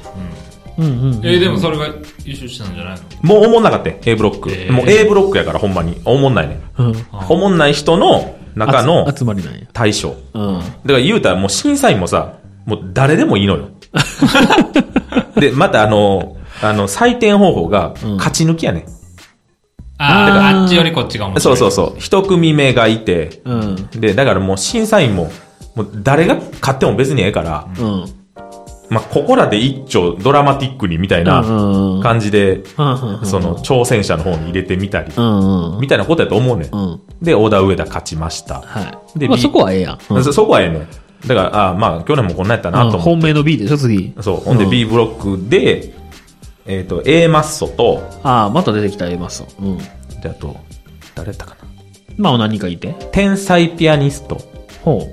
うんうんうん。えー、でもそれが優勝したんじゃないのもうおもんなかったよ A ブロック。えーもう A ブロックやからほんまに。おもんないね。うん。おもんない人の中のあつ集まりなんや。対象。うん。だから言うたらもう審査員もさ、もう誰でもいいの <laughs> よ。で、またあの、あの、採点方法がうん勝ち抜きやね。あーだからあーあっちよりこっちが面白そうい。そうそそう。一組目がいて、うん。で、だからもう審査員も、もう誰が勝っても別にええから、うん。まあ、ここらで一丁ドラマティックにみたいうんなうんうん感じで、うんその挑戦者の方に入れてみたり、うんうん。みたいなことやと思うねんう。ん。で、小田上田勝ちました。はい。でまあ B そこはええやん。うんそそこはええねん。だから、あまあ、去年もこんなんやったなとうん思っ本命の B でしょ、次。て。そう。ほんでうん B ブロックで、えっと、A マッソと、ああ、また出てきた、ええますうん。で、あと、誰やったかな。まあ何人かいて。天才ピアニストっほう。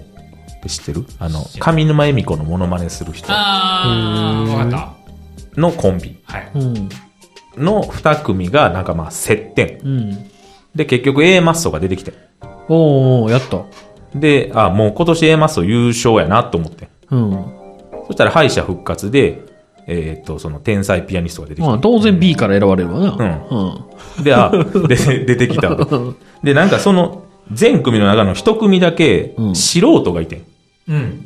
て知ってるあの、上沼恵美子のモノマネする人あー、わかっのコンビた。はい。うん。の2組が、なんかまあ、接点。うん。で、結局 A マッソが出てきて。おーおーやった。で、あ、もう今年 A マッソ優勝やなと思って。うん。そしたら敗者復活で、えっと、その天才ピアニストが出てきまてあ当然 B から選ばれるわな。で、あ、で、出てきたわけ。で、なんかその、全組の中の一組だけう、ん素人がいてん。うん。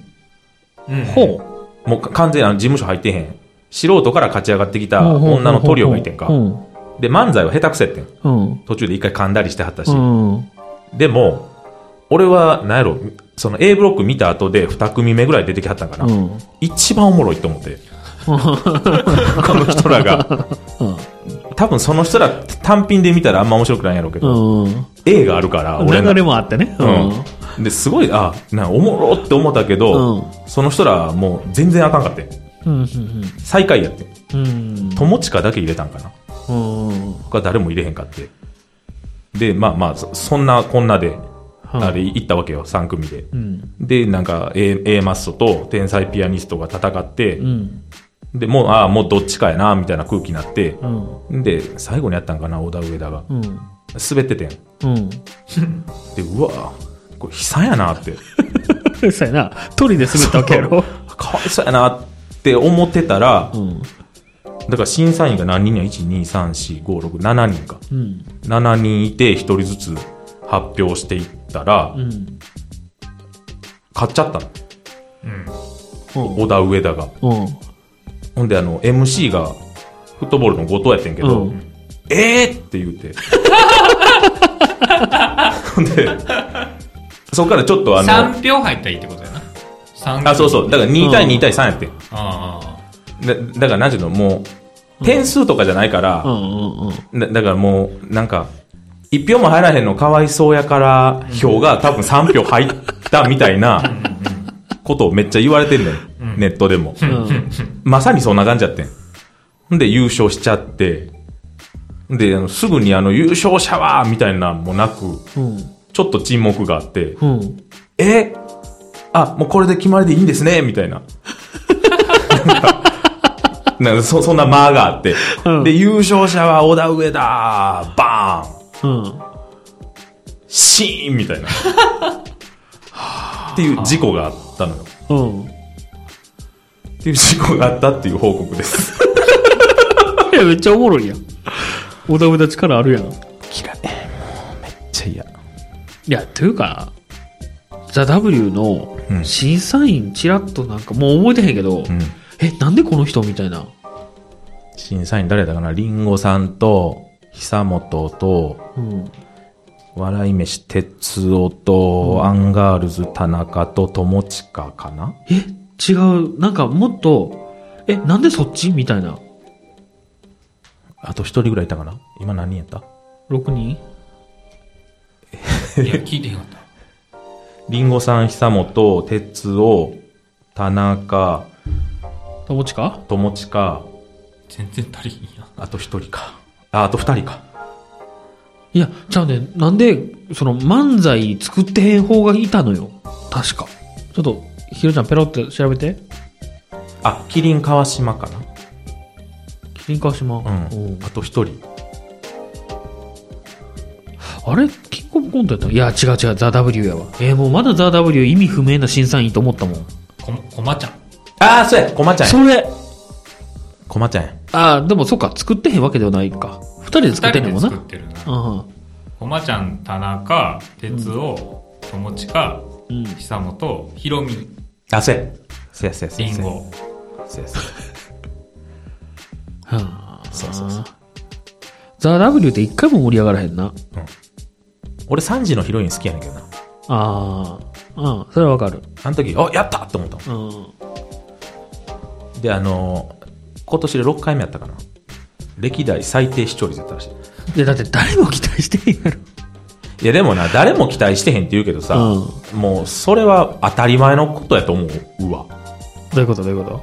うん。ほう。もうか完全にあの事務所入ってへん。素人から勝ち上がってきたほうほうほうほう女のトリオがいてんかう。ん。で、漫才は下手くせやってん。うん。途中で一回噛んだりしてはったしう。ん。でも、俺は、なんやろ、その A ブロック見た後で二組目ぐらい出てきはったんかうな。ん。一番おもろいと思 <laughs> って。この人らが。多分その人ら単品で見たらあんま面白くないんやろうけど、うん。 A があるから、俺の流れもあってね。うん、ですごいあなおもろって思ったけど、うんその人らもう全然あかんかってうん。うん。最下位やってうん。友近だけ入れたんかなうん。他誰も入れへんかってでまあまあそそんなこんなで、うんあれ行ったわけよ3組でうん。でなんか A, A マッソと天才ピアニストが戦って、うん。でもうああもうどっちかやなみたいな空気になってう、ん。で最後にやったんかな小田上田がうん。滑っててんでうわこれ悲惨やなってうん。そうやな。トリで滑ったわけやろ。かわいそうやなって思ってたら、うん。だから審査員が何人や ?1,2,3,4,5,6,7 人か。うん。 7人いて1人ずつ発表していったら、うん。買っちゃったの。うん。小田上田が。うん。ほんであの、MC がフットボールの後藤やってんけど、うんえーって言 <laughs> うて。ほんで、そっからちょっとあの、 3票入ったらいいってことやな。3あ、そうそう。だから2対2対3やってん。ああ。だだからなんていうの、もう、点数とかじゃないから、うん。うん。だだからもう、なんか、一票も入らへんのかわいそうやから、票が多分3票入ったみたいなことをめっちゃ言われてんねん。ネットでも。うん。まさにそんな感じやってん。んで、優勝しちゃって、んで、あのすぐにあの、優勝者はみたいなんもなく、うん。ちょっと沈黙があって、うん。えあ、もうこれで決まりでいいんですねみたいな。なんかなんかそそんな間があって、うんで、優勝者は小田上だバーうンん。シーンみ <laughs> たいな。っていう事故があったのよ。うん。っていう事故があったっていう報告 <laughs> です。いや、めっちゃおもろいやん。小田上田力あるやん。い嫌い。めっちゃ嫌。や、というか、ザ・ W のうん審査員ちらっとなんか、もう覚えてへんけど、うん。え、なんでこの人みたいな。審査員誰だかなリンゴさんと、久本と、うん。笑い飯、哲夫と、アンガールズ、田中と、友近かなえ、違う。なんかもっと、え、なんでそっちみたいな。あと一人ぐらいいたかな今何人やった6人いや、聞いてへんかった。リンゴさん、久本、哲夫、田中、友近友近、全然足りひんやん。あと一人か。あ、あと二人か。いや、じゃあね、なんで、その漫才作ってへん方がいたのよ。確か。ちょっと、ひろちゃんペロって調べて。あ、キリン川島か麒麟川島。なうおんう。あと一人。あれキングオブコントやったのいや、違う違う、ザ・ W やわ。えーもうまだザ・ W 意味不明な審査員と思ったもん。こ、こまちゃん。ああ、そうや、こまちゃんや。それこまちゃんや。ああ、でもそっか、作ってへんわけではないか。二人で作二ってん人のでも作なっ。てるな。うん。こまちゃん、田中、哲夫、友近、うん。久本、ひろみ、あ、そうや。そうや、そうや、そうりや。んご。そうや。そうやそうそうそうザ・ W って一回も盛り上がらへんな。俺3時のヒロイン好きやねんけどな。ああ。うん、それはわかる。あの時、あ、やったと思ったもうん。んで、あのー今年で6回目やったかな。歴代最低視聴率やったらしい。で、だって誰も期待してへんやろ。いや、でもな、誰も期待してへんって言うけどさ、うもう、それは当たり前のことやと思うわ。どういうことどういうこ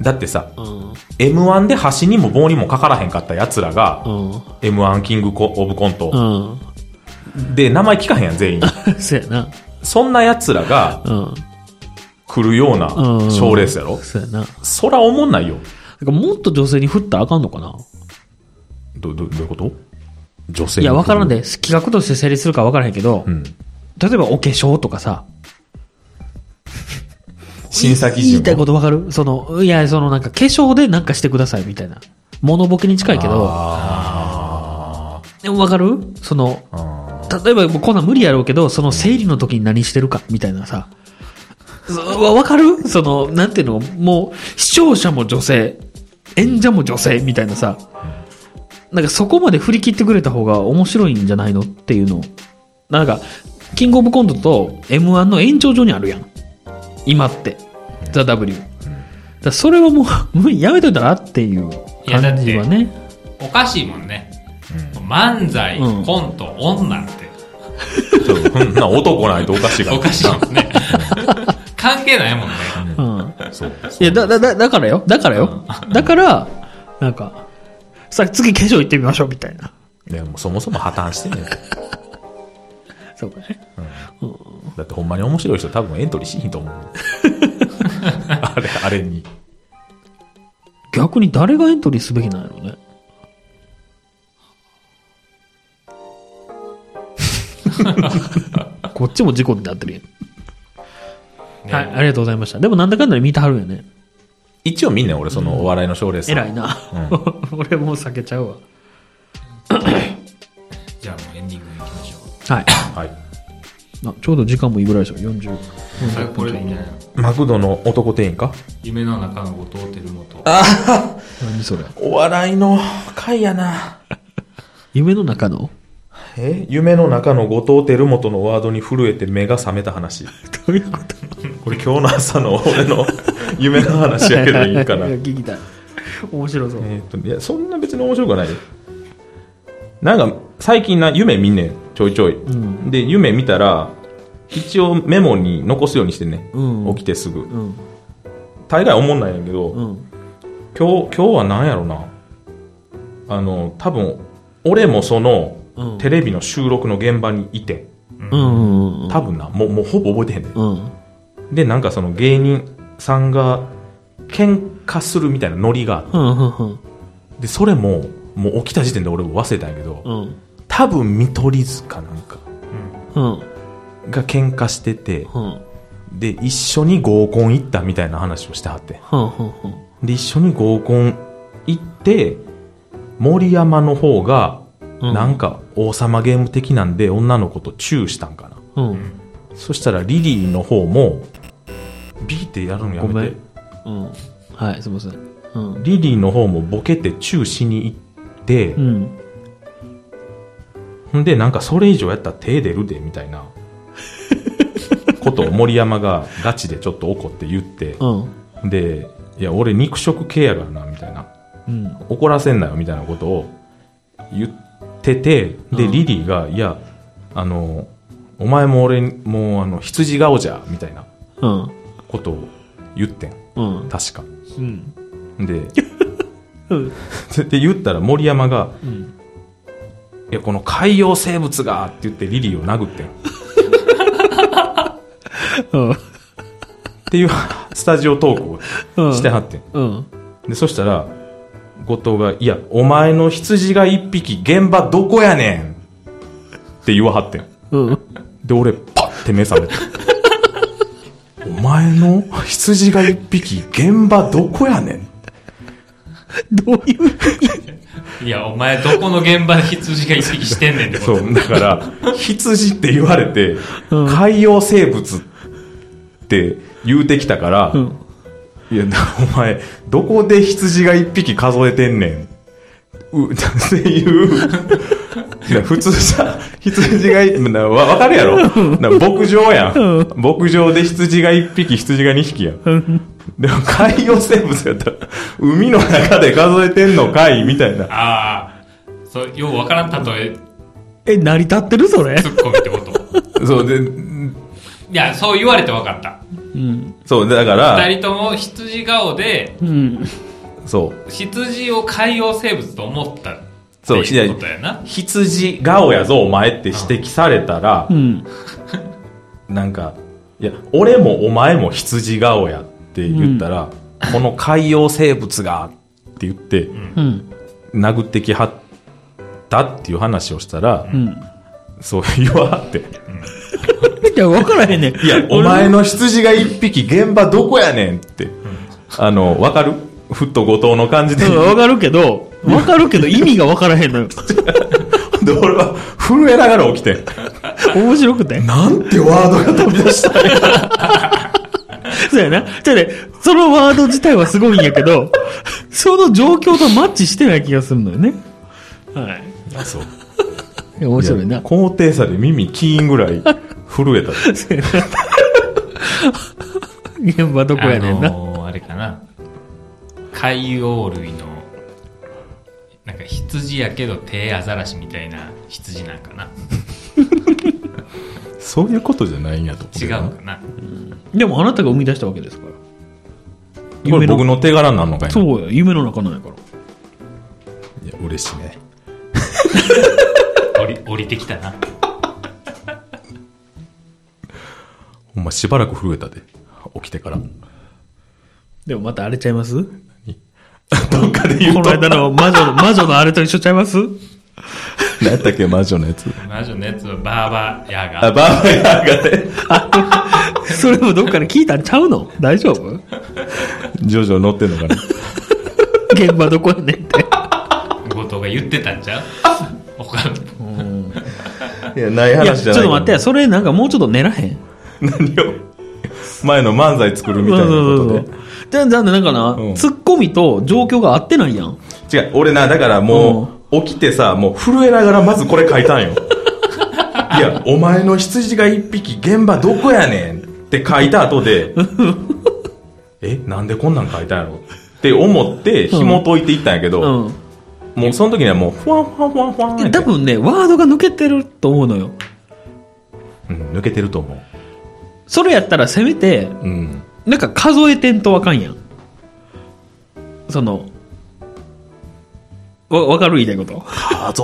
だってさ、とうん。 M1 で端にも棒にもかからへんかった奴らが、う M1 キングコオブコント、ん。うん。で、名前聞かへんやん、 <laughs> 全員。そうやな。そんな奴らがうん。来るようなうん賞レースやろ、そうやな。だかそら思んないよ。らもっと女性に振ったらあかんのかなど、ど、どういうこと女性いや、わからんで、で。企画として成立するかわからへんけど、うん。例えばお化粧とかさ、審査基準言いたいことわかるその、いや、そのなんか化粧でなんかしてくださいみたいな。物ボケに近いけど、あでもわかるその、ーあ例えばもうこんなん無理やろうけど、その生理の時に何してるかみたいなさ、そわわかるその、なんていうのもう、視聴者も女性、演者も女性みたいなさ、なんかそこまで振り切ってくれた方が面白いんじゃないのっていうのをなんか、キングオブコントと M1 の延長上にあるやん。今って。ザ・ W。だからそれをもう無理、やめといたらっていういやだっ感てじはね。おかしいもんね。漫才、うんコント、女って。ーちょっとそんな男ないとおかしいから。おかしいもんね。関係ないもんね。うん。そう。いや、だ、だ、だだからよ。だからよ。 <laughs> だから、なんか、さあ次化粧行ってみましょうみたいな。いや、もうそもそも破綻してんねん。だそうかね。ってほんまに面白い人多分エントリーしひん <laughs> と思う。あれ、あれに。逆に誰がエントリーすべきなんやろう <laughs> ね。こっちも事故になってるやん。ねはい、ありがとうございました。でもなんだかんだで見てはるよね。一応見んねん、俺、そのお笑いの賞レース。偉いな。 <laughs> 俺もう避けちゃうわ。じゃあもうエンディングいきましょう。はい。はい。あちょうど時間もいいぐらいでしょ、40。それこれでいいんじゃないのマクドの男店員か夢の中の後藤輝元。何それ。お笑いの回やな。夢の <laughs> 中のえ夢の中の後藤輝元のワードに震えて目が覚めた話。どういうことこれ今日の朝の俺 <laughs> の夢の話やけどいいかな。や聞きたい。面白そう。えっと、いや、そんな別に面白くはないよ。なんか、最近な、夢見んねん、ちょいちょい。んで、夢見たら、一応メモに残すようにしてんね、うん起きてすぐ。うん。大概思んないんやけど、うん。今日、今日は何やろな。あの、多分、俺もその、うんテレビの収録の現場にいて、うん。うん。多分な、もう、もうほぼ覚えてへんねん。うん。で、なんかその芸人さんが、喧嘩するみたいなノリがあってうん。うん。で、それも、もう起きた時点で俺も忘れたんやけど、うん。多分見取り図かなんかうん。が喧嘩してて、うん。で、一緒に合コン行ったみたいな話をしてはって。はんはんはん。で、一緒に合コン行って、森山の方が、うんなんか王様ゲーム的なんで女の子とチューしたんかな。うん。そしたらリリーの方も、ビーってやるのやごめめてん。。うん。はい、すみません。うん。リリーの方もボケてチューしに行って、うん。んで、なんかそれ以上やったら手出るで、みたいな、ことを森山がガチでちょっと怒って言って、うん。で、いや、俺肉食系やからな、みたいな。うん。怒らせんなよみたいなことを言っててで、うんリリーが「いやあのお前も俺にもうあの羊顔じゃ」みたいなうん。ことを言ってんうん。確かうん。でうん。 <laughs> で言ったら森山がうん。 「いやこの海洋生物が」って言ってリリーを殴ってんっうん。ていうスタジオトークをしてはってんうん。でそしたら後藤が「いやお前の羊が一匹現場どこやねん」って言わはってんうん。で、俺、パッて目覚めた。お前の羊が一匹、現場どこやねん。どういう。いや、お前どこの現場で羊が一匹してんねんってこと。 <laughs> そう、だから、羊って言われて、うん海洋生物って言うてきたから、うん。いや、なお前、どこで羊が一匹数えてんねん。う、っていう。いや普通さ、羊がい、なわわかるやろな牧場やん。牧場で羊が1匹、羊が2匹やん。でも海洋生物やったら、海の中で数えてんのかいみたいな。ああ、そう、ようわからん例え、え、成り立ってるそれツ。ッコミってこと。そうで、いや、そう言われてわかった。うん。そう、だから、二人とも羊顔で、うん。そう、羊を海洋生物と思ったってそういうことやな。羊顔やぞ、お前って指摘されたらう、ん。なんか、いや、俺もお前も羊顔やって言ったら、この海洋生物が、って言って、うん。殴ってきはったっていう話をしたら、うん。そう言わはって。いや、わからへんねん。い <laughs> や、お前の羊が一匹現場どこやねんって。あの、わかるふっと後藤の感じで。うんわかるけど、わかるけど意味がわからへんのよ。で、俺は震えながら起きて。面白くて。 <laughs> なんてワードが飛び出したんや <laughs> そうやな。じゃあね、そのワード自体はすごいんやけ <laughs> ど、その状況とマッチしてない気がするのよね。はい。 <laughs> そう。いや面白いな。高低差で耳キーンぐらい震 <laughs> えた。 <laughs> 現場どこやねんあな。のー、あれかな。海洋類の、なんか羊やけど手アザラシみたいな羊なんかな。そういうことじゃないんやと違う思のうかな。でもあなたが生み出したわけですから。けどな。これ僕の手柄になんのかいなそうや、夢の中なんやから。いや、嬉しいね。降り、降りてきたな。ほんましばらく震えたで。起きて <laughs> から。でもまた荒れちゃいますこどっかで言うのと。間の <laughs> 魔女の、魔女のあれと一緒ちゃいます何やったっけ、魔女のやつ。魔女のやつはバーバーヤーガ <laughs> あ、ー。バーバヤーがね、それもどっかで聞いたんちゃうの大丈夫ジョジョ乗ってんのかな。 <laughs> 現場どこやねんって。後藤が言ってたんちゃう他の。いや、ないいや、話ちじょゃっない。と待ってや、それなんかもうちょっと寝らへん。何を。前の漫才作るみたいなことそうそうそうで。なんだなんかな、うんツッコミと状況が合ってないやん。で。違う、俺な、だからもう、起きてさ、もう震えながらまずこれ書 <laughs> いたんよ。いや、お前の羊が一匹現場どこやねんって書いた <laughs> 後で、え、なんでこんなん書いたんやろって思って、紐解いていったんやけど、うん。もうその時にはもう、ふわんふわんふわんふわんってで多分ね、ワードが抜けてると思うのよ。うん、抜けてると思う。それやったらせめて、うん。なんか数えてんとわかんやん。その、わ、わかる言いたいこと。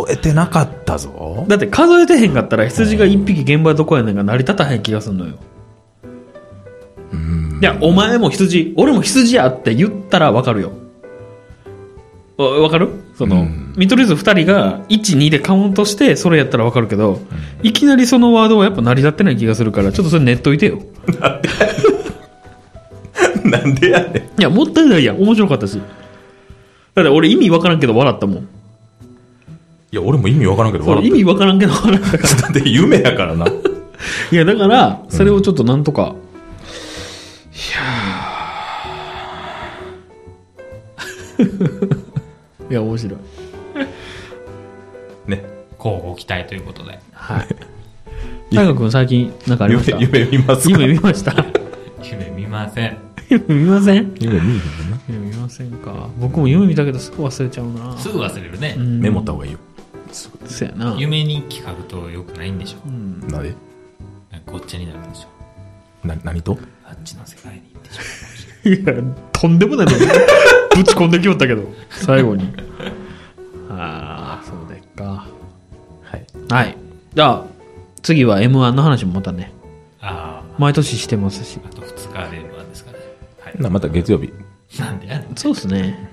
数えてなかったぞ。だって数えてへんかったら羊が一匹現場どこやねんが成り立たへん気がすんのよ。いや、お前も羊、俺も羊やって言ったらわかるよ。わわかるその、うん見取り図二人が1、2でカウントして、それやったらわかるけど、いきなりそのワードはやっぱ成り立ってない気がするから、ちょっとそれネットいてよ。 <laughs> なんでやねん。いや、もったいないやん。面白かったし。だって俺意味わからんけど笑ったもん。いや、俺も意味わからんけど、俺笑意味わからんけど笑ったから。 <laughs> って。だって夢やからな。いや、だから、それをちょっとなんとか。いやー。いや、面白い。ね。交互期待ということで。 <laughs> はい。大河君最近なんかありました夢、夢見ますか夢見ま <laughs> した夢見ません。夢見ません夢見えへんな。夢見ませんか。僕も夢見たけどすぐ忘れちゃうな。すぐ忘れるね。うんメモった方がいいよ。そやな。夢に企画とよくないんでしょ。うんなでなんかごっちゃになるんでしょ。な、何とあっちの世界に行ってしいや、とんでもないの <laughs> ぶち込んできよったけど、最後に。ああ、そうでっか。はい。はい。じゃあ、次は M1 の話もまたね、まう。あ毎年してますしあ、。あと2日で M1 ですかね。はい。な、また月曜日。なんでやねん。そうですね。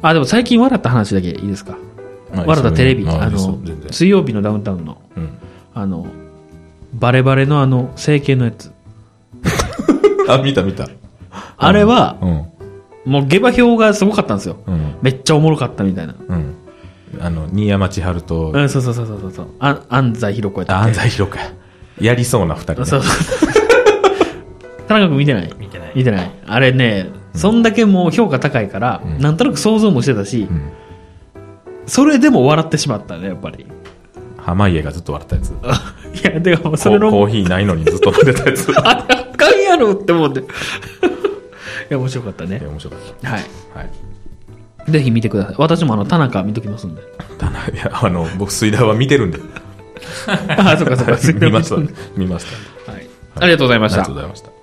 あ、でも最近笑った話だけいいですか。まあ笑ったテレビ、そういうあいいですよの全、然。水曜日のダウンタウンの、うんあの、バレバレのあの、整形のやつ。あ、見た見た。あれは、うん。もう下馬評がすごかったんですよ。うん。めっちゃおもろかったみたいな。うん。あの、新山千春とう、ん、そうそうそうそうそう。あ安西弘子やったっあけ安西広か。やりそうな二人ね。そうそう。田中君見てない見てない見てない。あれね、そんだけもう評価高いから、んなんとなく想像もしてたし、んそれでも笑ってしまったね、やっぱり。濱家がずっと笑ったやつ。 <laughs> いや、でもそれコの、ーヒーないのにずっと飲んでたやつ。い <laughs> あれあかんやろって思 <laughs> って。いや、面白かったねや。面白かっはい。た。はい。ぜひ見てください。私もあの、田中見ときます <laughs> んで。ただ、いや、あの、僕、水田は見て <laughs> るんで。あ、そうかそうか。見ましたは。見ましい。ありがとうござた。いあまりしがたとう。ございました。